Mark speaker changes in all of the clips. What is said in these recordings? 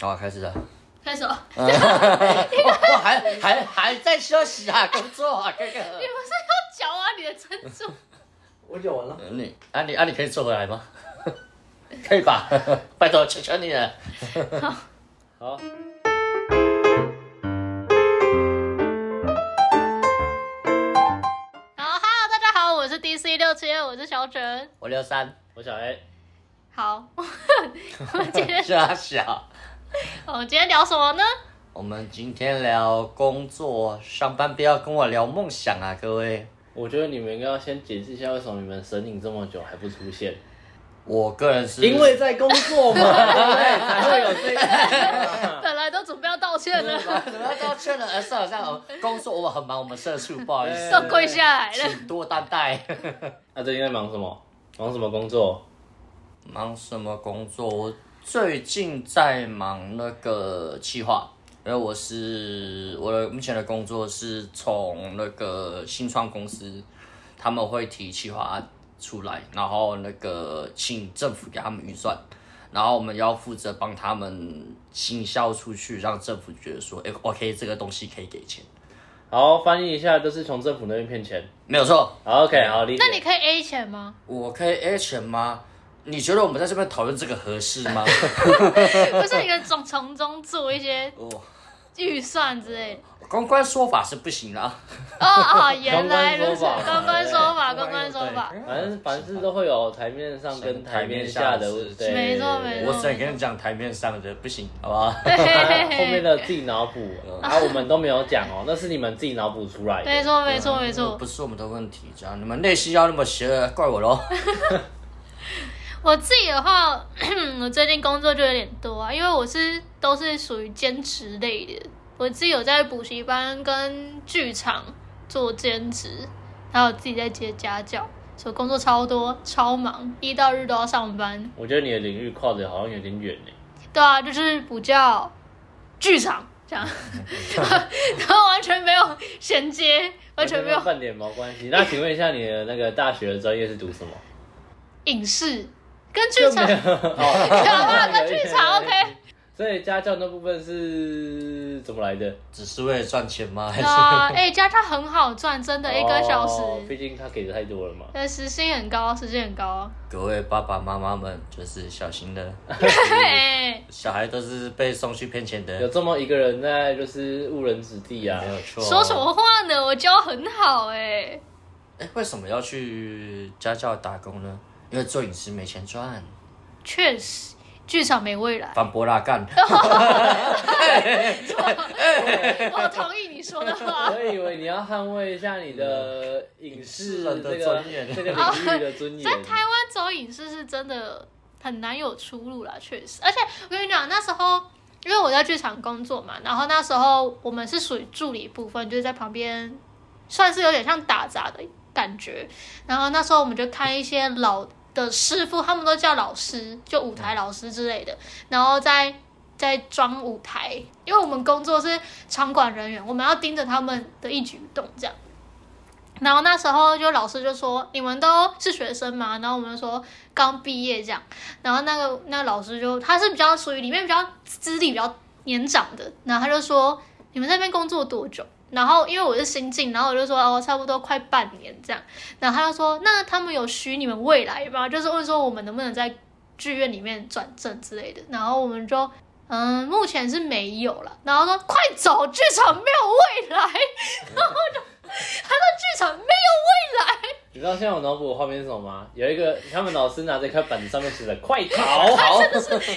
Speaker 1: 好，哦开始了。
Speaker 2: 开始哦，
Speaker 1: 哦，我还还还在休息啊， 工作啊，哥
Speaker 2: 你
Speaker 1: 哥。
Speaker 2: 不是要嚼啊你的珍珠？
Speaker 3: 我讲完了，
Speaker 1: 你啊你啊你可以坐回来吗？ 可以吧？ 拜托，求求你了。 好。
Speaker 2: 好，Hello，大家好，我是 DC 六七二，我是小整。
Speaker 1: 我六三，我小 A，
Speaker 2: 好，我们今 天
Speaker 1: 是阿小。
Speaker 2: 我们今天聊什么呢？
Speaker 1: 我们今天聊工作，上班不要跟我聊梦想啊，各位。
Speaker 3: 我觉得你们应该要先解释一下为什么你们神隐这么久还不出现，
Speaker 1: 我个人是
Speaker 3: 因为在工 作嘛，对，才会有这个。
Speaker 2: 本来都准备要道歉 了，
Speaker 1: 怎么要道歉了？呃算了算了，工作我很忙，我们社畜，不好意 思，
Speaker 3: 对
Speaker 2: 都跪下来了。
Speaker 1: 请多担待。
Speaker 3: 那最近在忙什么？忙什么工作？
Speaker 1: 忙什么工作？我最近在忙那个企划，因为我是我的目前的工作是从那个新创公司，他们会提企划案出来，然后那个请政府给他们预算，然后我们要负责帮他们行销出去，让政府觉得说，哎、o k 这个东西可以给钱，
Speaker 3: 好，翻译一下，就是从政府那边骗钱。
Speaker 1: 没有错。
Speaker 3: 好 OK，好理解
Speaker 2: 那。你可以 A 钱吗？
Speaker 1: 我可以 A 钱吗？你觉得我们在这边讨论这个合适吗？
Speaker 2: 不是你可以从从中做一些
Speaker 1: 哦
Speaker 2: 预算之类的。
Speaker 1: 公关说法是不行的啊。
Speaker 2: 哦哦， 原来如此，
Speaker 3: 公
Speaker 2: 公
Speaker 3: 关
Speaker 2: 关
Speaker 3: 说
Speaker 2: 说
Speaker 3: 法
Speaker 2: 法，公关说法。
Speaker 3: 反正凡事都会有台面上跟台面下的，对，
Speaker 2: 没错没错
Speaker 1: 我只能跟你讲台面上的不行，好吧？
Speaker 2: 对，
Speaker 3: 啊后面的自己脑补， 啊，我们都没有讲哦，那是你们自己脑补出来
Speaker 2: 没
Speaker 3: 的。
Speaker 2: 错没错没 错
Speaker 1: 不。是我们的问题，只要你们内心要那么邪恶，怪我喽。
Speaker 2: 我自己的话， 我最近工作就有点多啊，因为我是都是属于兼职类的，我自己有在补习班跟剧场做兼职，还有自己在接家教，所以工作超多超忙，一到日都要上班。
Speaker 3: 我觉得你的领域跨的好像有点远呢。欸
Speaker 2: 对啊，就是补教、剧场这 样，然后完全没有衔接，完全没有
Speaker 3: 半点毛关系。那请问一下，你的那个大学的专业是读什么？
Speaker 2: 影视跟剧场， 好
Speaker 3: 哦
Speaker 2: 吧，跟啊剧 场 OK。
Speaker 3: 所以家教那部分是怎么来的？
Speaker 1: 只是为了赚钱吗？还是、
Speaker 2: 啊，哎、家教很好赚，真的，一个小时。
Speaker 3: 哦毕竟他给的太多了嘛。
Speaker 2: 呃，时薪很高，时薪很高。
Speaker 1: 各位爸爸妈妈们，就是小心的，
Speaker 2: 对，
Speaker 1: 小孩都是被送去骗钱
Speaker 3: 有
Speaker 1: 的，
Speaker 3: 这么一个人在，就是误人子弟啊
Speaker 1: 没。有错。
Speaker 2: 说什？么话呢？我教很好哎、
Speaker 1: 哎，为什么要去家教打工呢？因为做影视没钱赚，
Speaker 2: 确实，剧场没 未来。
Speaker 1: 翻波拉 干。
Speaker 2: 我同意你说的话。
Speaker 3: 我以为你要捍卫一下你的影视这
Speaker 1: 嗯影视人的
Speaker 3: 个
Speaker 1: 尊严
Speaker 3: 这个领域的尊严。
Speaker 2: 哦在台湾走影视是真的很难有出路啦，确实。而且我跟你讲，那时候因为我在剧场工作嘛，然后那时候我们是属于助理部分，就是在旁边算是有点像打杂的感觉。然后那时候我们就看一些老的师傅，他们都叫老师，就舞台老师之类的，然后在。在装舞台，因为我们工作是场馆人员，我们要盯着他们的一举一动这样。然后那时候就老师就说：“你们都是学生吗？”然后我们就说嗯刚毕业这样。然后那个那个老师就他是比较属于里面比较资历比较年长的，然后他就说：“你们在那边工作多久？”然后因为我是新进，然后我就说：“哦，差不多快半年这样。”然后他就说：“那他们有许你们未来吗？就是问说我们能不能在剧院里面转正之类的。”然后我们就。嗯，目前是没有了。然后说快走，剧场没有未来。然后 就他说剧场没有未来。
Speaker 3: 你知道现在我脑补的画面是什么吗？有一个他们老师拿着一块板子，上面写着“快逃”，
Speaker 2: 啊
Speaker 3: 好，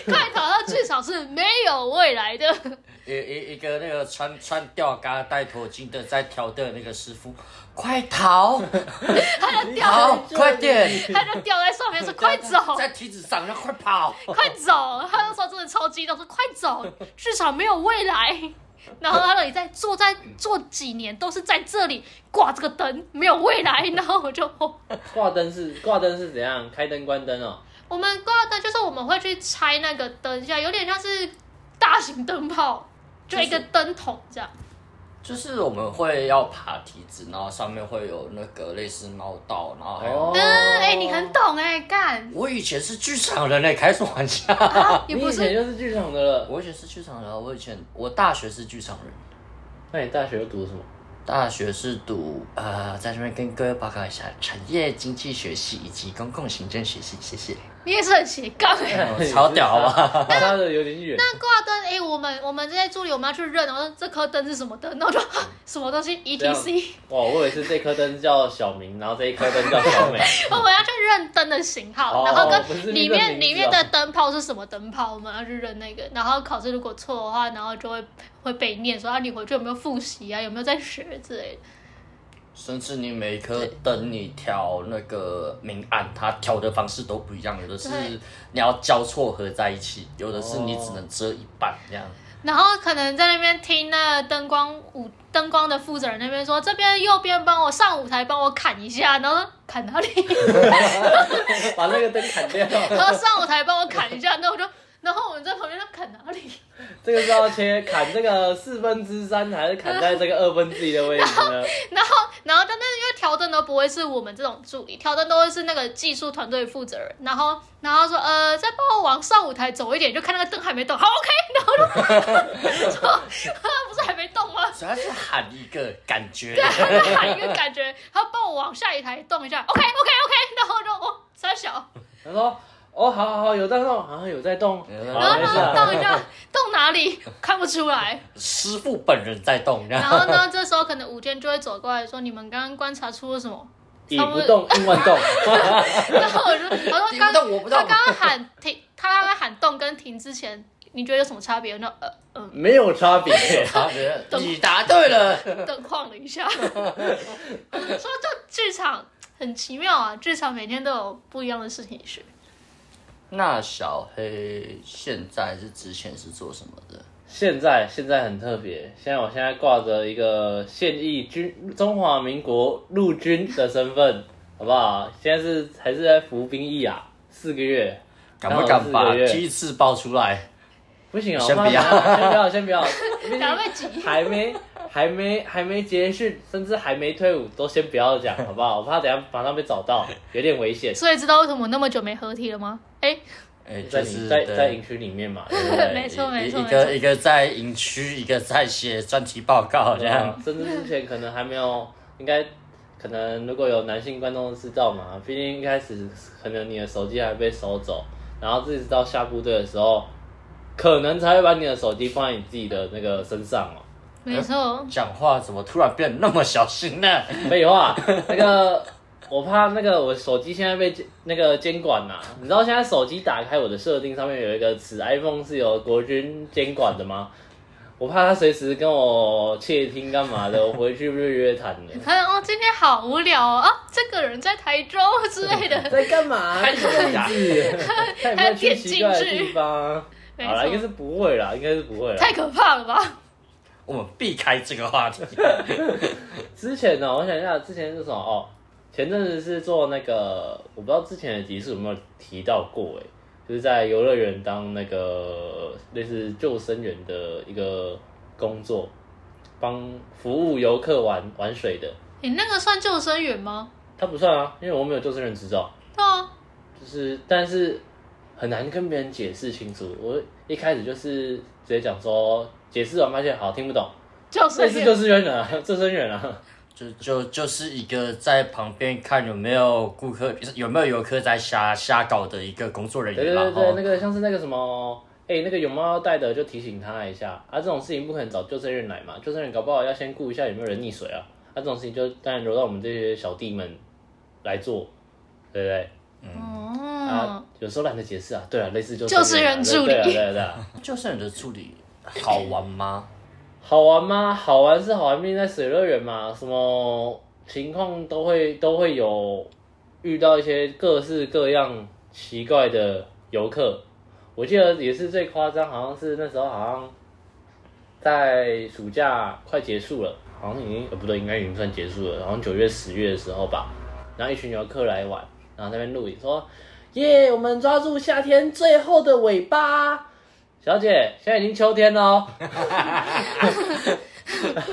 Speaker 2: 快逃到剧场是没有未来的。
Speaker 1: 一一一个那个穿穿吊嘎戴头巾的在调的那个师傅，快逃！逃，快点！
Speaker 2: 他就吊在上面说：“快走，
Speaker 1: 在梯子上，要快跑！
Speaker 2: 快走！”他那时候真的超激动，说：“快走，剧场没有未来。” 然后他说：“你在坐在坐几年都是在这里挂这个灯，没有未来。” 然后我就、哦
Speaker 3: 挂灯是挂灯是怎样？开灯关灯哦。
Speaker 2: 我们挂灯就是我们会去拆那个灯下，有点像是大型灯泡，就一个灯筒这样。
Speaker 1: 就是我们会要爬梯子，然后上面会有那个类似猫道，然后还有、
Speaker 3: 哦
Speaker 2: 嗯，哎、你很懂哎、干
Speaker 1: 我以前是剧场人嘞，欸开什么玩笑？
Speaker 2: 啊，也
Speaker 3: 你
Speaker 2: 不
Speaker 3: 以前
Speaker 2: 是
Speaker 3: 就是剧场的了。
Speaker 1: 我以前是剧场人啊，我以前我大学是剧场人，
Speaker 3: 那哎你大学又读什么？
Speaker 1: 大学是读呃，在这边跟各位报告一下，产业经济学系以及公共行政学系，谢谢。
Speaker 2: 你也是很斜杠哎、
Speaker 1: 哦超屌 啊！
Speaker 3: 差的有点远。
Speaker 2: 那挂灯，哎、我们我们这些助理我们要去认，我说这颗灯是什么灯，那我就 什么东西？E
Speaker 3: 这样
Speaker 2: ETC，
Speaker 3: 哇，哦我以为是这颗灯叫小明，然后这一颗灯叫 小美。
Speaker 2: 哦我们要去认灯的型号，
Speaker 3: 哦
Speaker 2: 然后
Speaker 3: 不是
Speaker 2: 跟
Speaker 3: 认
Speaker 2: 里面
Speaker 3: 名字
Speaker 2: 里面的
Speaker 3: 哦
Speaker 2: 灯泡是什么灯泡，我们要去认那个。然后考试如果错的话，然后就会会被念说啊，你回去有没有复习啊，有没有在学之类的。
Speaker 1: 甚至你每一颗灯，你调那个明暗，它调的方式都不一样，有的是
Speaker 2: 对
Speaker 1: 你要交错合在一起，有的是
Speaker 3: 哦
Speaker 1: 你只能遮一半这样。
Speaker 2: 然后可能在那边听那灯光舞灯光的负责人那边说，这边右边帮我上舞台帮我砍一下，然后说砍哪里？
Speaker 3: 把那个灯砍掉，
Speaker 2: 然后上舞台帮我砍一下，那我就然后我们在旁边说砍哪里？
Speaker 3: 这个是要切砍这个四分之三，还是砍在这个二分之一的位置呢？
Speaker 2: 然后，然后，但但是因为调灯都不会是我们这种助理，调灯都会是那个技术团队负责人。然后，然后说，呃，再帮我往上舞台走一点，就看那个灯还没动，好，OK。然后就，说，呃不是还没动吗？
Speaker 1: 主要是喊一个感觉，
Speaker 2: 他在喊一个感觉，啊他帮我往下一台动一下，OK，OK，OK。然后就，哦，三小，
Speaker 3: 他说。哦，好好好，有在动，好像有在动，好
Speaker 1: 有在动
Speaker 2: 然后
Speaker 3: 没事
Speaker 2: 他
Speaker 3: 啊。
Speaker 2: 动一下，动哪里看不出来。
Speaker 1: 师傅本人在动，然
Speaker 2: 然
Speaker 1: 后
Speaker 2: 后呢，这时候可能午间就会走过来说，你们刚刚观察出了什么？
Speaker 3: 以不动应万动，
Speaker 2: 然后我就，我说
Speaker 1: 你
Speaker 2: 刚
Speaker 1: 不动我不动
Speaker 2: 他，刚刚喊停，他刚刚喊动跟停之前，你觉得有什么差别？那呃嗯，
Speaker 3: 没有差别。
Speaker 1: 他觉得你答对了。
Speaker 2: 灯晃了一下。说就剧场很奇妙啊，剧场每天都有不一样的事情 学。
Speaker 1: 那小黑现在是之前是做什么的？
Speaker 3: 现在现在很特别，现在我现在挂着一个现役军中华民国陆军的身份，好不好？现在是还是在服兵役啊，四个月，
Speaker 1: 敢不敢把
Speaker 3: 刚好四个月
Speaker 1: 第一次爆出来？
Speaker 3: 不行哦，
Speaker 1: 先不要
Speaker 3: 先不要，先 不要，
Speaker 2: 不要被挤
Speaker 3: 还没还没还没结训，甚至还没退伍，都先不要讲，好不 好？我怕等下马上被找到，有点危险。
Speaker 2: 所以知道为什么我那么久没合体了吗？哎，
Speaker 1: 哎，
Speaker 3: 在
Speaker 1: 就
Speaker 3: 你
Speaker 1: 是
Speaker 3: 在
Speaker 1: 对
Speaker 3: 在营区里 面嘛，对不
Speaker 2: 没
Speaker 3: 对？
Speaker 2: 错没错
Speaker 1: 一
Speaker 2: 没
Speaker 1: 个
Speaker 2: 错。
Speaker 1: 一个在营区，一个在写专题报告
Speaker 3: 嗯
Speaker 1: 这样。
Speaker 3: 啊甚至之前可能还没有，应该可能如果有男性观众知道嘛，毕竟一开始可能你的手机还被收走，然后自己到下部队的时候，可能才会把你的手机放在你自己的那个身上哦。
Speaker 2: 没错，
Speaker 1: 讲话怎么突然变那么小心呢？
Speaker 3: 废话，啊那个我怕那个我手机现在被监那个监管呐、你知道现在手机打开我的设定上面有一个此 iPhone 是由国军监管的吗？我怕他随时跟我窃听干嘛的，我回去不就约谈了？
Speaker 2: 你看哦，今天好无聊哦啊，这个人在台中之类的，
Speaker 3: 在干嘛？看子，他有没有去奇怪的地方？
Speaker 2: 没
Speaker 3: 好啦，应该
Speaker 2: 错，
Speaker 3: 是不会啦，应该是不会啦。
Speaker 2: 太可怕了吧？
Speaker 1: 我们避开这个话题。
Speaker 3: 之前呢，我想一下，之前是什么？哦，前阵子是做那个，我不知道之前的集数有没有提到过、欸，就是在游乐园当那个类似救生员的一个工作，帮服务游客玩玩水的。
Speaker 2: 你那个算救生员吗？
Speaker 3: 他不算啊，因为我没有救生员执照，
Speaker 2: 对啊，
Speaker 3: 就是但是很难跟别人解释清楚。我一开始就是直接讲说，解释完发现好听不懂，
Speaker 2: 救
Speaker 3: 类
Speaker 2: 生
Speaker 3: 似救
Speaker 2: 员。
Speaker 3: 生员啊，救生员啊。
Speaker 1: 就就就是一个在旁边看有没有顾客有没有游客在瞎瞎搞的一个工作人
Speaker 3: 对
Speaker 1: 员，
Speaker 3: 对对
Speaker 1: 然
Speaker 3: 对，
Speaker 1: 后
Speaker 3: 那个像是那个什么，哎、那个有猫要带的就提醒他一下啊，这种事情不可能找救生员来嘛，救生员搞不好要先顾一下有没有人溺水啊，啊，这种事情就当然留到我们这些小弟们来做，对不对？啊
Speaker 2: 哦，，
Speaker 3: 有时候懒得解释啊，对啊，类似就
Speaker 2: 救生员助理
Speaker 3: 对啊对啊对啊，
Speaker 1: 就是你的助理好玩 吗？
Speaker 3: 好玩吗？好玩是好玩，毕竟在水乐园嘛，什么情况都会都会有遇到一些各式各样奇怪的游客。我记得也是最夸张，好像是那时候好像在暑假快结束了，好像已经呃不对，应该已经算结束了，好像九月十月的时候吧。然后一群游客来玩，然后在那边录影说：“耶，我们抓住夏天最后的尾巴。”小姐，现在已经秋天了哦。然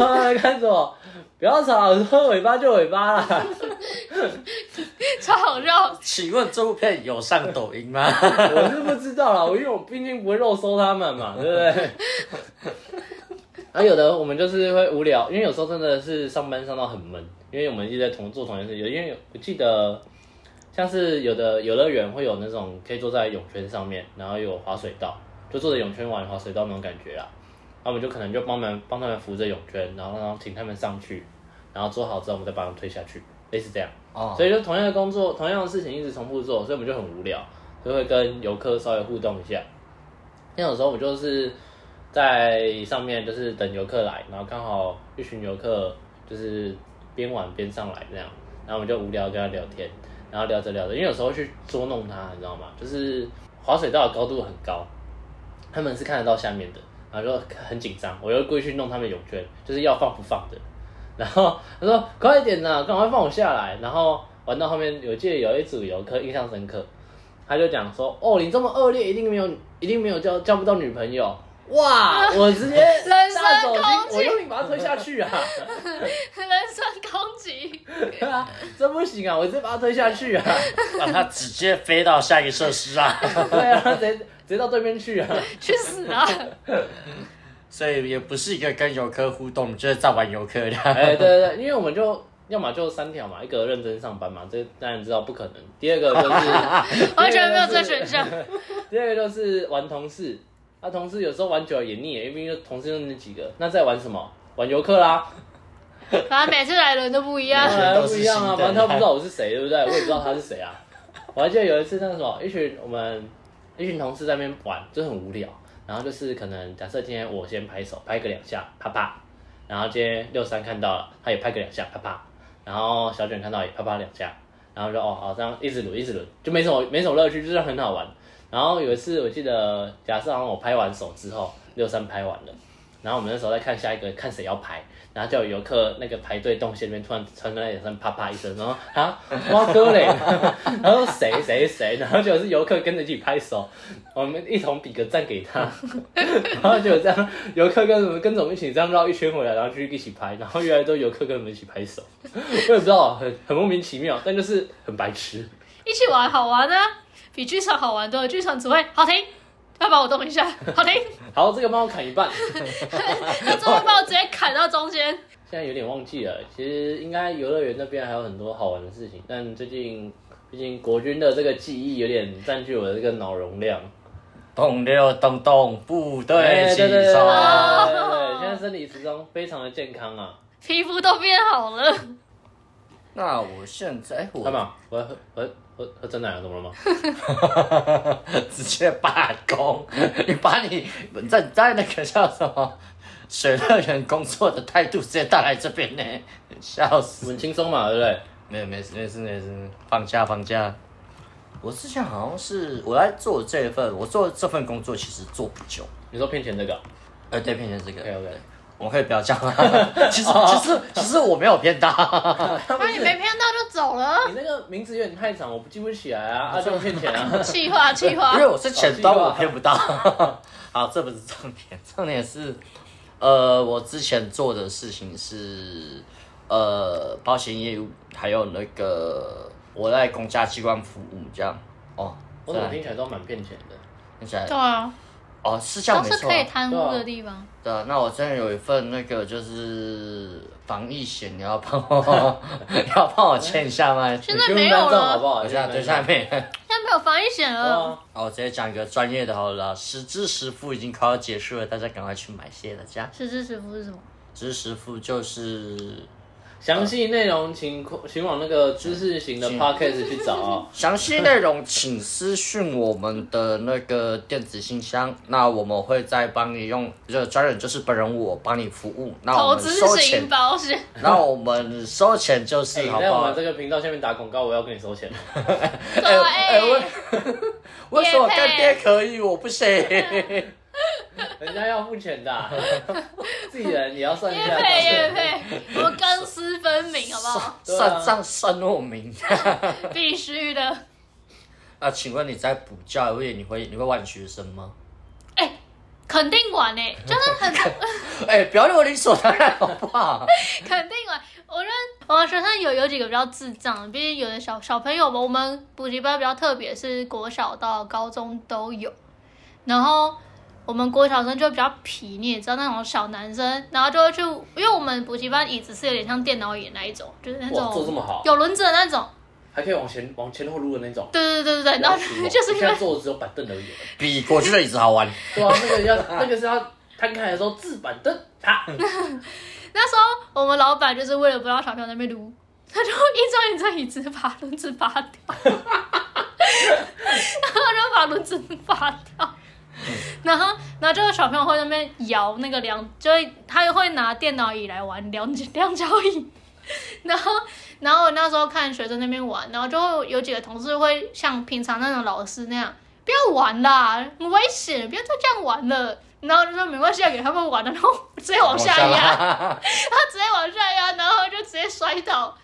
Speaker 3: 后在看什么？哦不要吵，说尾巴就尾巴啦。
Speaker 2: 超好绕。
Speaker 1: 请问这部片有上抖音 吗？
Speaker 3: 我是不知道 啦，我因为我毕竟不会肉搜他们 嘛，对不对？然后有的我们就是会无聊，因为有时候真的是上班上到很闷，因为我们一直在同做同件事。有因为有我记得，像是有的游乐园会有那种可以坐在泳圈上面，然后有滑水道，就坐着泳圈玩滑水道那种感觉啦。那我们就可能就帮忙帮他们扶着泳圈，然后然后请他们上去，然后做好之后我们再把他们推下去，类似这样。
Speaker 1: 哦，
Speaker 3: 所以就同样的工作，同样的事情一直重复做，所以我们就很无聊，就会跟游客稍微互动一下。那有时候我就是在上面就是等游客来，然后刚好一群游客就是边玩边上来这样，然后我们就无聊跟他聊天，然后聊着聊着，因为有时候去捉弄他，你知道吗？就是滑水道的高度很高，他们是看得到下面的，然后就很紧张，我又故意去弄他们泳圈，就是要放不放的。然后他说：“快一点呐、赶快放我下来。”然后玩到后面，我记得有一组游客印象深刻，他就讲说：“哦，你这么恶劣，一定没有，一定没有交交不到女朋友。”哇！我直接
Speaker 2: 人身
Speaker 3: 大手
Speaker 2: 攻击
Speaker 3: 筋，我用力把他推下去啊！
Speaker 2: 人身攻击，
Speaker 3: 对啊，这不行啊！我直接把他推下去啊！
Speaker 1: 让它直接飞到下一个设施啊！
Speaker 3: 对啊，直接直接到对面去啊！
Speaker 2: 去死啊！
Speaker 1: 所以也不是一个跟游客互动，就是在玩游客的。
Speaker 3: 哎，对对对，因为我们就要么就三条嘛，一个认真上班嘛，这当然知道不可能。第二个 就是
Speaker 2: 完全没有这选项。
Speaker 3: 第二个就是玩同事，那、同事有时候玩久了也腻了，因为就同事就那几个，那在玩什么？玩游客啦，
Speaker 2: 反正每次来的人都不一样
Speaker 3: 当。然不一样啊，
Speaker 1: 都是新的
Speaker 3: 反正他不知道我是谁，对不对？我也不知道他是谁啊。我还记得有一次那个什么，一群我们一群同事在那边玩，就很无聊。然后就是可能假设今天我先拍手拍个两下，啪啪。然后今天六三看到了，他也拍个两下，啪啪。然后小卷看到也啪啪两下，然后就哦好这样一直轮一直轮，就没什么没什么乐趣，就是很好玩。然后有一次我记得，假设好像我拍完手之后，六三拍完了。然后我们那时候在看下一个，看谁要排，然后就有游客那个排队动线里面突然传出来两声啪啪一声，然后啊瓜哥嘞， 然后谁谁谁，然后就是游客跟着一起拍手，我们一同比个赞给他， 然后就这样游客跟我们跟着我们一起这样绕一圈回来，然后就一起拍，然后越来越多游客跟我们一起拍手，我也不知道，很很莫名其妙，但就是很白痴。
Speaker 2: 一起玩好玩啊，比剧场好玩多了。剧场只会好停，他把我动一下，好停，
Speaker 3: 好，这个帮我砍一半。
Speaker 2: 他最后把我直接砍到中间。
Speaker 3: 现在有点忘记了，其实应该游乐园那边还有很多好玩的事情，但最近毕竟国军的这个记忆有点占据我的这个脑容量。
Speaker 1: 动六动动，部队
Speaker 3: 哎
Speaker 1: 起
Speaker 3: 对对对对对
Speaker 1: 床。
Speaker 3: 对，现在生理时钟非常的健康啊。
Speaker 2: 皮肤都变好了，
Speaker 1: 那我现在哎
Speaker 3: 干
Speaker 1: 我
Speaker 3: 嘛？我要喝我要喝喝真奶啊了，怎么了吗？
Speaker 1: 直接罢工，你把你在在那个叫什么水乐园工作的态度直接带来这边呢， 笑
Speaker 3: 我
Speaker 1: 死！
Speaker 3: 们轻松嘛，对不对？
Speaker 1: 没有没事没事没事，放假放假。我之前好像是我来做这份，我做这份工作其实做不久，
Speaker 3: 你说骗钱这个
Speaker 1: 呃，对，哦骗钱这个。
Speaker 3: ？OK OK。
Speaker 1: 我可以不要讲吗？其实其实其实我没有偏大，
Speaker 2: 那啊你没骗到就走了。
Speaker 3: 你那个名字有点太长，我记不起来啊，啊，就骗钱 啊。
Speaker 2: 气话气话
Speaker 1: 因为，我是前端我偏不到。 好，这不是重点，重点是，呃，我之前做的事情是，呃，保险业务，还有那个我在公家机关服务这样。哦，
Speaker 3: 我怎么听起来都蛮骗钱的？
Speaker 1: 听起来
Speaker 2: 对啊，
Speaker 1: 哦是这样
Speaker 2: 都
Speaker 1: 没
Speaker 2: 是
Speaker 1: 错
Speaker 2: 可。以贪污
Speaker 3: 对啊
Speaker 2: 的地方。
Speaker 1: 对啊，那我之前有一份那个就是防疫险，你要帮我， 你要帮我签一下吗？
Speaker 2: 现
Speaker 1: 等
Speaker 2: 在
Speaker 3: 你去
Speaker 2: 没有
Speaker 3: 班上
Speaker 2: 了
Speaker 3: 好不好？
Speaker 1: 一下，啊
Speaker 3: 去
Speaker 1: 等一
Speaker 3: 班上
Speaker 1: 下，。没。
Speaker 2: 现在没有防疫险
Speaker 3: 对
Speaker 2: 了，
Speaker 3: 啊
Speaker 1: 好，我直接讲一个专业的好了啦，实支实付已经快要结束了，大家赶快去买谢了家。
Speaker 2: 实支实付是什么？
Speaker 1: 实支实付就是
Speaker 3: 详细内容请请往那个知识型的 podcast 去找啊。
Speaker 1: 详细内容，请私讯我们的那个电子信箱，那我们会再帮你用，就是专人就是本人我帮你服务，那啊我
Speaker 2: 投
Speaker 1: 们
Speaker 2: 资
Speaker 1: 收
Speaker 2: 型
Speaker 1: 钱，
Speaker 2: 保险，
Speaker 1: 那我们收钱就是
Speaker 3: 你
Speaker 1: 好不
Speaker 3: 在哎我
Speaker 1: 好
Speaker 3: 们这？个频道下面打广告，我要跟你 收钱。
Speaker 2: 对啊，哎，
Speaker 1: 为什么
Speaker 2: 业配
Speaker 1: 干爹可以，我不行？
Speaker 3: 人家要付钱的啊、 自己人也要算一
Speaker 2: 叶
Speaker 3: 下。
Speaker 2: 配叶配，我们钢丝分明，好不好？
Speaker 3: 对啊
Speaker 1: 算账算我明。
Speaker 2: 必须的。
Speaker 1: 啊，请问你在补教业，你会你会玩学生吗？
Speaker 2: 肯定玩诶、就是很
Speaker 1: 哎、不要那么理所当然好不好？
Speaker 2: 肯定玩。我认我们学生有有几个比较智障，毕竟有的小小朋友嘛，我们补习班比较特别，是国小到高中都有。然后我们国小生就比较皮，你也知道那种小男生，然后就会去，因为我们补习班椅子是有点像电脑椅那一种，就是那
Speaker 3: 哇，做这
Speaker 2: 种
Speaker 3: 么好，
Speaker 2: 有轮子的那种。
Speaker 3: 还可以往前往前后撸的那种。
Speaker 2: 对对对对对，然后哦就就是
Speaker 3: 我
Speaker 2: 因
Speaker 3: 现
Speaker 2: 为
Speaker 3: 在坐的只有板凳而已。
Speaker 1: 比国军的椅子好玩。
Speaker 3: 对啊，那个 要那个是要摊开的时候自板凳啪，
Speaker 2: 那时候我们老板就是为了不让小朋友在那边撸，他就一张一张椅子把轮子拔 掉，然后就把轮子拔掉，然后然后这个小朋友会在那边摇那个两，就会他会拿电脑椅来玩两两脚椅。 然后，然后我那时候看学生那边玩，然后就会有几个同事会像平常那种老师那样，不要玩啦，很危险，不要再这样玩了。然后就说没关系，要给他们玩了，然后直接往下压。
Speaker 1: 压。
Speaker 2: 他直接往下压，然后就直接摔倒，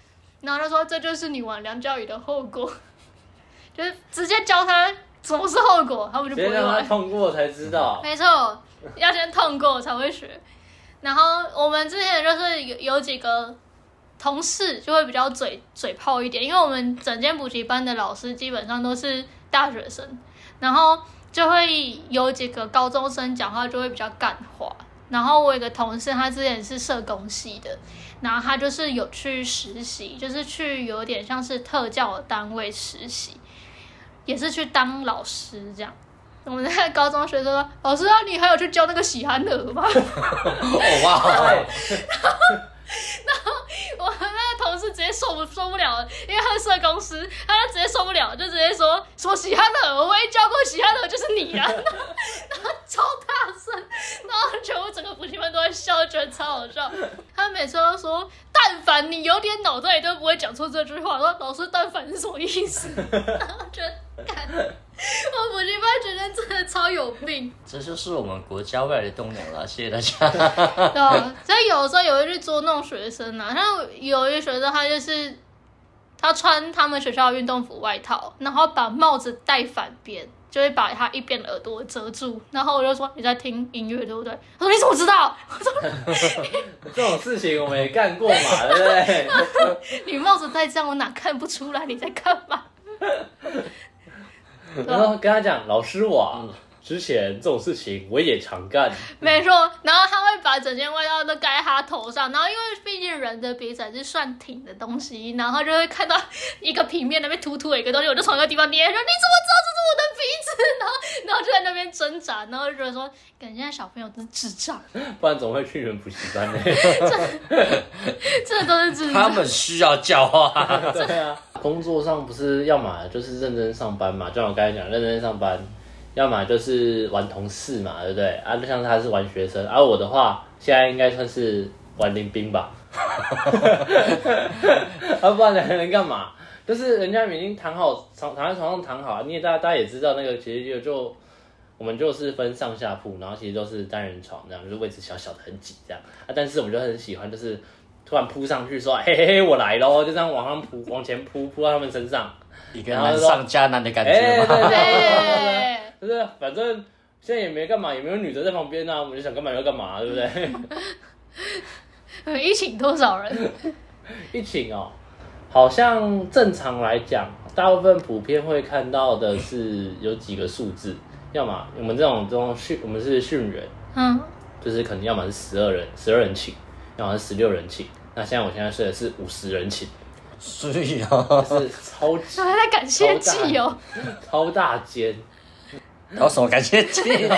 Speaker 2: 然后他说这就是你玩梁教育的后果，就是直接教他什么是后果，他们就
Speaker 3: 直
Speaker 2: 不
Speaker 3: 接
Speaker 2: 会
Speaker 3: 让他
Speaker 2: 玩。
Speaker 3: 痛过才知 道。
Speaker 2: 没错，要先痛过才会学。然后我们之前就是有有几个同事就会比较嘴嘴炮一点，因为我们整间补习班的老师基本上都是大学生，然后就会有几个高中生讲话就会比较干话。然后我有一个同事，他之前是社工系的，然后他就是有去实习，就是去有点像是特教的单位实习，也是去当老师这样。我们在高中学生说，老师啊，你还有去教那个喜憨儿吗？
Speaker 1: 哦 哇，
Speaker 3: 对，
Speaker 2: 我那个同事直接受不受不了了，因为他是社工师，他就直接受不了，就直接说什么喜憨的，我唯一教过喜憨的就是你啊，然 后然后超大声，然后全部整个补习班都在笑，觉得超好笑。他每次都说，但凡你有点脑袋，你都不会讲出这句话。说老师，但凡是什么意思？然后觉得，干我补习班学生真的超有病。
Speaker 1: 这就是我们国家未来的栋梁了，谢谢大家。
Speaker 2: 对啊，所以有的时候也会去捉弄学生啊。像有一些学生，他就是他穿他们学校的运动服外套，然后把帽子戴反边，就会把他一边的耳朵遮住。然后我就说你在听音乐对不对？他说你怎么知道？我说
Speaker 3: 这种事情我们也干过嘛，对不对？
Speaker 2: 你帽子戴这样，我哪看不出来你在干嘛？对
Speaker 3: 然
Speaker 2: 啊
Speaker 3: 后跟他讲，老师我
Speaker 2: 嗯
Speaker 3: 啊之前这种事情我也常干，
Speaker 2: 没错，然后他会把整件外套都盖他头上，然后因为毕竟人的鼻子还是算挺的东西，然后就会看到一个平面那边突突的一个东西，我就从一个地方捏，说你怎么知道这是我的鼻子？然后然后就在那边挣扎，然后就觉得说，感觉现在小朋友真是智障，
Speaker 3: 不然怎么会去你们补习班呢？
Speaker 2: 真的都是智
Speaker 1: 他
Speaker 2: 障。
Speaker 1: 们需要教化。
Speaker 3: 对啊，工作上不是要么就是认真上班嘛，就像我刚才讲，认真上班，要么就是玩同事嘛，对不对？啊，就像他是玩学生，而、啊我的话，现在应该算是玩林兵吧， 啊，不然还能干嘛？就是人家已经谈好，躺躺在床上谈好，你也大大家也知道那个，其实就就我们就是分上下铺，然后其实都是单人床这样，就是位置小小的很挤这样啊。但是我们就很喜欢，就是突然扑上去说，嘿嘿嘿，我来喽，就这样往上扑，往前扑，扑到他们身上。
Speaker 1: 一个难上加难的感
Speaker 3: 哎、
Speaker 1: 觉
Speaker 3: 对
Speaker 1: 吗？
Speaker 3: 对
Speaker 2: 对，
Speaker 3: 哎对对，就是反正现在也没干嘛，也没有女的在旁边啊，我们就想干嘛就干嘛，对不对？
Speaker 2: 一请多少人？
Speaker 1: 嗯
Speaker 3: 一请哦，好像正常来讲，大部分普遍会看到的是有几个数字，要么我们这种这种训，我们是训人，
Speaker 2: 嗯，
Speaker 3: 就是可能要么是十二人十二人寝，要么是十六人寝。那现在我现在睡的是五十人寝，
Speaker 1: 所以哦，
Speaker 3: 是超级
Speaker 2: 还在感谢祭哦，
Speaker 3: 超大间。
Speaker 1: 有什么感谢
Speaker 3: 啊等一
Speaker 1: 祭？
Speaker 3: 下，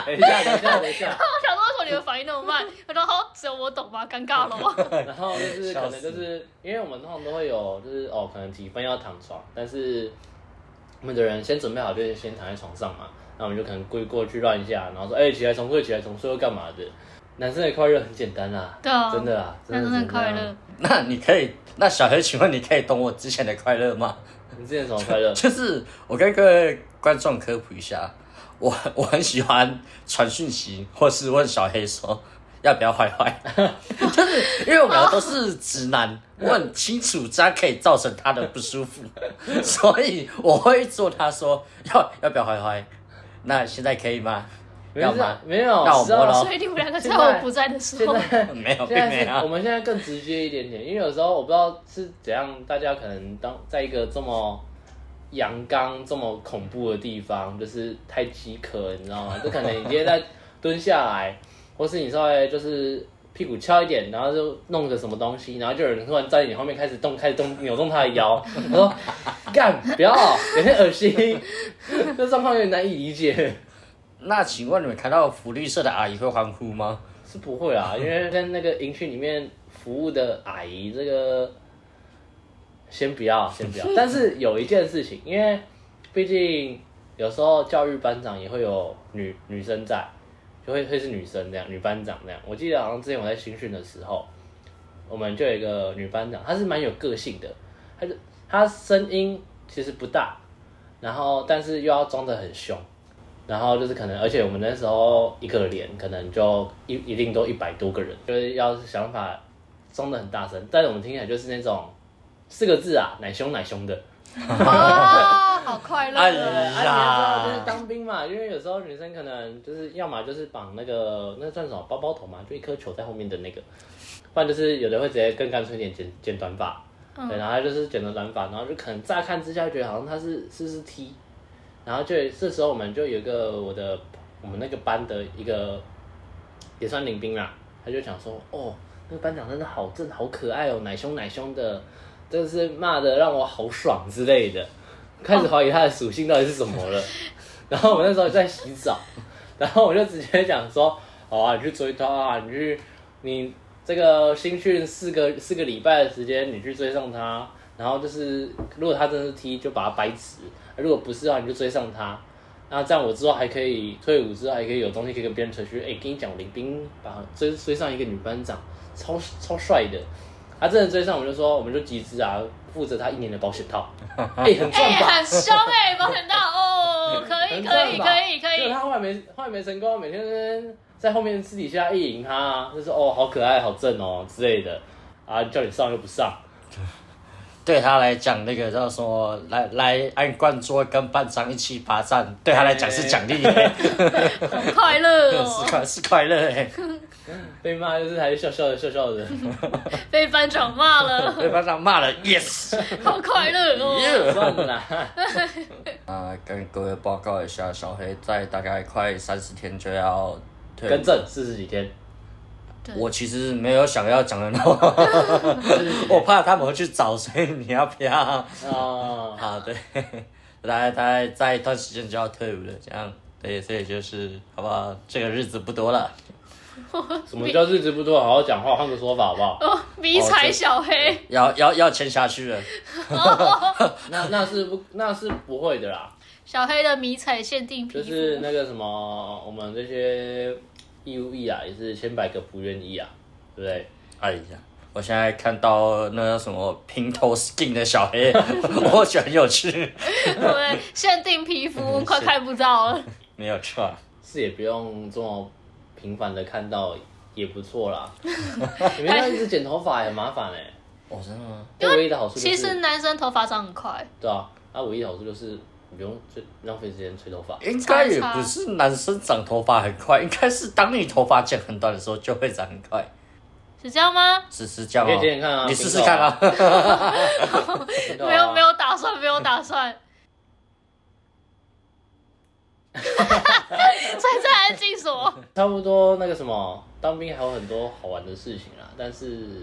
Speaker 3: 等一下，等一下，等一 下。
Speaker 2: 我想说为什么你们反应那么慢？我说好，只有我懂吧？尴尬了。哦
Speaker 3: 然后就是
Speaker 1: 笑
Speaker 3: 可能
Speaker 1: 死
Speaker 3: 就是因为我们通常都会有就是哦，可能几分要躺床，但是哦我们的人先准备好就是先躺在床上嘛，那我们就可能跪过去乱一下，然后说哎、起来重睡起来重睡又干嘛的？男生的快乐很简单啦，
Speaker 2: 对啊，
Speaker 3: 真的啦，
Speaker 2: 那
Speaker 3: 的
Speaker 2: 真的快
Speaker 3: 是这
Speaker 2: 乐
Speaker 3: 样。。
Speaker 1: 那你可以，那小黑，请问你可以懂我之前的快乐吗？
Speaker 3: 你之前什么快乐？
Speaker 1: 就是我跟各位观众科普一下，我我很喜欢传讯息，或是问小黑说要不要坏 坏， 就是因为我们两个都是直男，我很清楚这样可以造成他的不舒服， 所以我会做他说要要不要坏坏，那现在可以吗？
Speaker 3: 没
Speaker 1: 要
Speaker 3: 有
Speaker 1: 吗？
Speaker 3: 没有，
Speaker 1: 要我
Speaker 3: 知道
Speaker 1: 摸了
Speaker 2: 所以你们两个在
Speaker 3: 现在
Speaker 2: 我不在的时
Speaker 3: 现
Speaker 2: 候，
Speaker 3: 在
Speaker 1: 没有，
Speaker 3: 现
Speaker 1: 并
Speaker 3: 在
Speaker 1: 没
Speaker 3: 是我
Speaker 1: 有。啊
Speaker 3: 们现在更直接一点点，因为有时候我不知道是怎样，大家可能当在一个这么阳刚、这么恐怖的地方，就是太饥渴了，你知道吗？就可能你今天在蹲下来，或是你稍微就是屁股翘一点，然后就弄个什么东西，然后就有人突然在你后面开始动，开始动扭动他的腰，我说 干不要，有点恶心， 这状况有点难以理解。
Speaker 1: 那请问你们看到福利社的阿姨会欢呼吗？
Speaker 3: 是不会啦，因为在那个营区里面服务的阿姨，这个先不要，先不要。但是有一件事情，因为毕竟有时候教育班长也会有女女生在，就会会是女生这样，女班长这样。我记得好像之前我在新训的时候，我们就有一个女班长，她是蛮有个性的，她就她声音其实不大，然后但是又要装得很凶。然后就是可能，而且我们那时候一个连可能就一一定都一百多个人，就是要想法装的很大声，但是我们听起来就是那种四个字啊，奶凶奶凶的。
Speaker 2: 哦，好快乐
Speaker 1: 哎
Speaker 3: 对，
Speaker 2: 哦。
Speaker 1: 呀
Speaker 3: 啊，你也知道就是当兵嘛，因为有时候女生可能就是要么就是绑那个那算什么包包头嘛，就一颗球在后面的那个，不然就是有的会直接更干脆一点剪剪短发，对，然后她就是剪了短发，然后就可能乍看之下觉得好像她是是不是 T，然后就这时候我们就有一个我的我们那个班的一个也算领兵啦，他就讲说哦，那个班长真的好正好可爱哦，奶凶奶凶的，真的是骂的让我好爽之类的。开始怀疑它的属性到底是什么了。然后我那时候在洗澡，然后我就直接讲说：“好啊，你去追他啊，你去，你这个新训四个四个礼拜的时间，你去追上他。然后就是，如果他真的是 T，就把他掰直；如果不是的话，你就追上他。那这样我之后还可以退伍之后还可以有东西可以跟别人吹嘘。哎、跟你讲，我林斌把追追上一个女班长，超超帅的。他真的追上，我就说我们就集资啊，负责他一年的保险套。哎、很赚
Speaker 2: 哎、
Speaker 3: 吧？
Speaker 2: 很凶哎、保险到哦，可以可以可以可
Speaker 3: 就
Speaker 2: 以
Speaker 3: 他，后来没后来没成功，每天在在后面私底下意淫他、啊，就说哦好可爱好正哦之类的，啊叫你上又不上，
Speaker 1: 对他来讲，那个叫什么？来来，按惯桌跟班长一起罚站，对他来讲是奖励、欸，
Speaker 2: 很快 乐
Speaker 1: 是
Speaker 2: 哦，
Speaker 1: 快是快乐哎、欸。
Speaker 3: 被骂就是还是笑笑的笑笑 的，
Speaker 2: 被班长骂 了，
Speaker 1: 被班长骂了，yes，
Speaker 2: 好快乐哦。
Speaker 3: 算了啦，
Speaker 1: 啊、跟各位报告一下，小黑在大概快三十天就要退伍
Speaker 3: 更正四十几天，
Speaker 2: 对
Speaker 1: 我其实没有想要讲的 那么，我怕他们会去找，所以你要不要？
Speaker 3: 啊、
Speaker 1: 啊，对， 大概大概在一段时间就要退伍了，这样，对，所以就是，好不好？这个日子不多了，
Speaker 3: 什么叫日子不多，好好讲话，换个说法好不好？
Speaker 2: 哦，迷彩小黑，
Speaker 1: 要要要签下去了。
Speaker 3: 那那是不那是不会的啦，
Speaker 2: 小黑的迷彩限定皮
Speaker 3: 就
Speaker 2: 肤，
Speaker 3: 是那个什么我们这些义务役啊，也是千百个不愿意啊，对不对？
Speaker 1: 哎呀，我现在看到那叫什么平头 skin 的小 黑，我觉得很有趣。
Speaker 2: 对，限定皮 肤，快看不到了。
Speaker 1: 没有错，啊
Speaker 3: 是也不用这么频繁的看到，也不错 啦。你们要一直剪头发也很麻烦哎、欸。
Speaker 1: 哦，真的吗？
Speaker 3: 但唯一的好处就
Speaker 2: 其
Speaker 3: 是，
Speaker 2: 实男生头发长很快，
Speaker 3: 对啊，那、唯一的好处就是你不用吹浪费时间吹头 发。
Speaker 1: 应该也不是男生长头发很快，应该是当你头发剪很短的时候就会长很快，
Speaker 2: 是这样吗？
Speaker 1: 是是这样
Speaker 3: 你可以剪剪看
Speaker 1: 哦。
Speaker 3: 啊
Speaker 1: 你试试看啊。
Speaker 3: 对啊
Speaker 2: 没有没，有打算，没有打 算。在在安静什么？
Speaker 3: 差不多那个什么，当兵还有很多好玩的事情啦，但是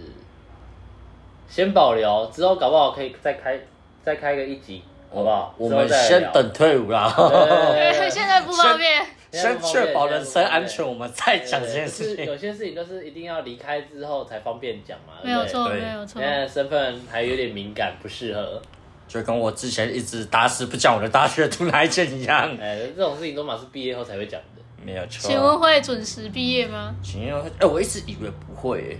Speaker 3: 先保留，之后搞不好可以再开再开个一集，好不好？
Speaker 1: 我
Speaker 3: 之
Speaker 1: 们
Speaker 3: 后再
Speaker 1: 先
Speaker 3: 聊。
Speaker 1: 等退伍啦。
Speaker 3: 对 对对对
Speaker 2: 现在不方便。
Speaker 1: 先确保人身安全，我们再讲这件事
Speaker 3: 就是有
Speaker 1: 情。
Speaker 3: 些事情都是一定要离开之后才方便讲嘛，
Speaker 2: 没有
Speaker 3: 啊对不对
Speaker 2: 错，
Speaker 1: 对
Speaker 2: 没有错
Speaker 3: 现。在身份还有点敏感，不适合。
Speaker 1: 就跟我之前一直打死不讲我的大学读哪一间一样，
Speaker 3: 哎、这种事情都嘛是毕业后才会讲的。
Speaker 1: 没有错。
Speaker 2: 请问会准时毕业吗？
Speaker 1: 请问会，哎、我一直以为不会、欸，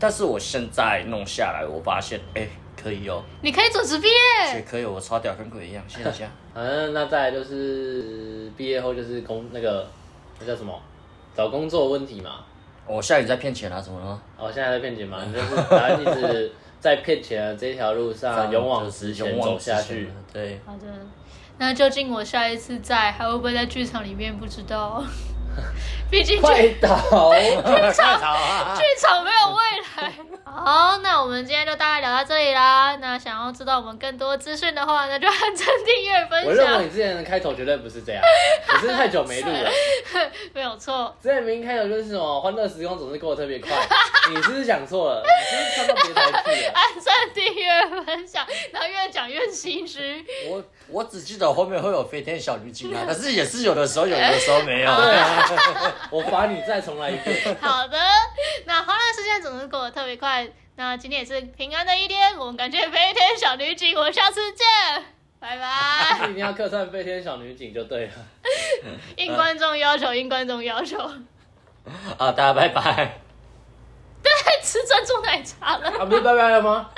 Speaker 1: 但是我现在弄下来，我发现，哎、可以哦、
Speaker 2: 你可以准时毕
Speaker 1: 也
Speaker 2: 业，
Speaker 1: 可以，哦我超屌，跟鬼一样，谢谢谢
Speaker 3: 反正那再来就是毕业后就是工那个那叫什么找工作的问题嘛。
Speaker 1: 我下雨在骗钱啊，怎么了吗？
Speaker 3: 哦，现在在骗 钱嘛，你就是反正一直在骗钱的这条路上勇往直
Speaker 1: 啊就是
Speaker 3: 前
Speaker 1: 勇往
Speaker 3: 走下
Speaker 1: 直前
Speaker 3: 去。
Speaker 1: 啊。 对，
Speaker 2: 好的。那究竟我下一次在还会不会在剧场里面？不知道。毕竟剧
Speaker 3: 快倒！
Speaker 1: 太吵啊！
Speaker 2: 剧场没有未来。 好，那我们今天就大概聊到这里啦。那想要知道我们更多资讯的话，那就按赞、订阅、
Speaker 3: 我
Speaker 2: 分
Speaker 3: 认为
Speaker 2: 享，
Speaker 3: 你之前的开头绝对不是这 样，只是太久没录了。
Speaker 2: 没有错。
Speaker 3: 之前明明开头就是什么欢乐时光总是过得特别快，你是不是想错了？你是不是看到别台剧了？
Speaker 2: 按赞、订阅、分享，然后越讲越心虚。
Speaker 1: 我 我只记得后面会有飞天小女警啊，但是也是有的时候有，有的时候没有。
Speaker 3: 我罚你再重来一遍。
Speaker 2: 好的，那欢乐时间总是过得特别快。那今天也是平安的一天，我们感谢飞天小女警，我们下次见，拜拜。
Speaker 3: 一定要客串飞天小女警就对了。
Speaker 2: 应观众要求，应观众要求，
Speaker 1: 好，大家拜拜。
Speaker 2: 太吃珍珠奶茶了。
Speaker 3: 啊，不是拜拜了吗？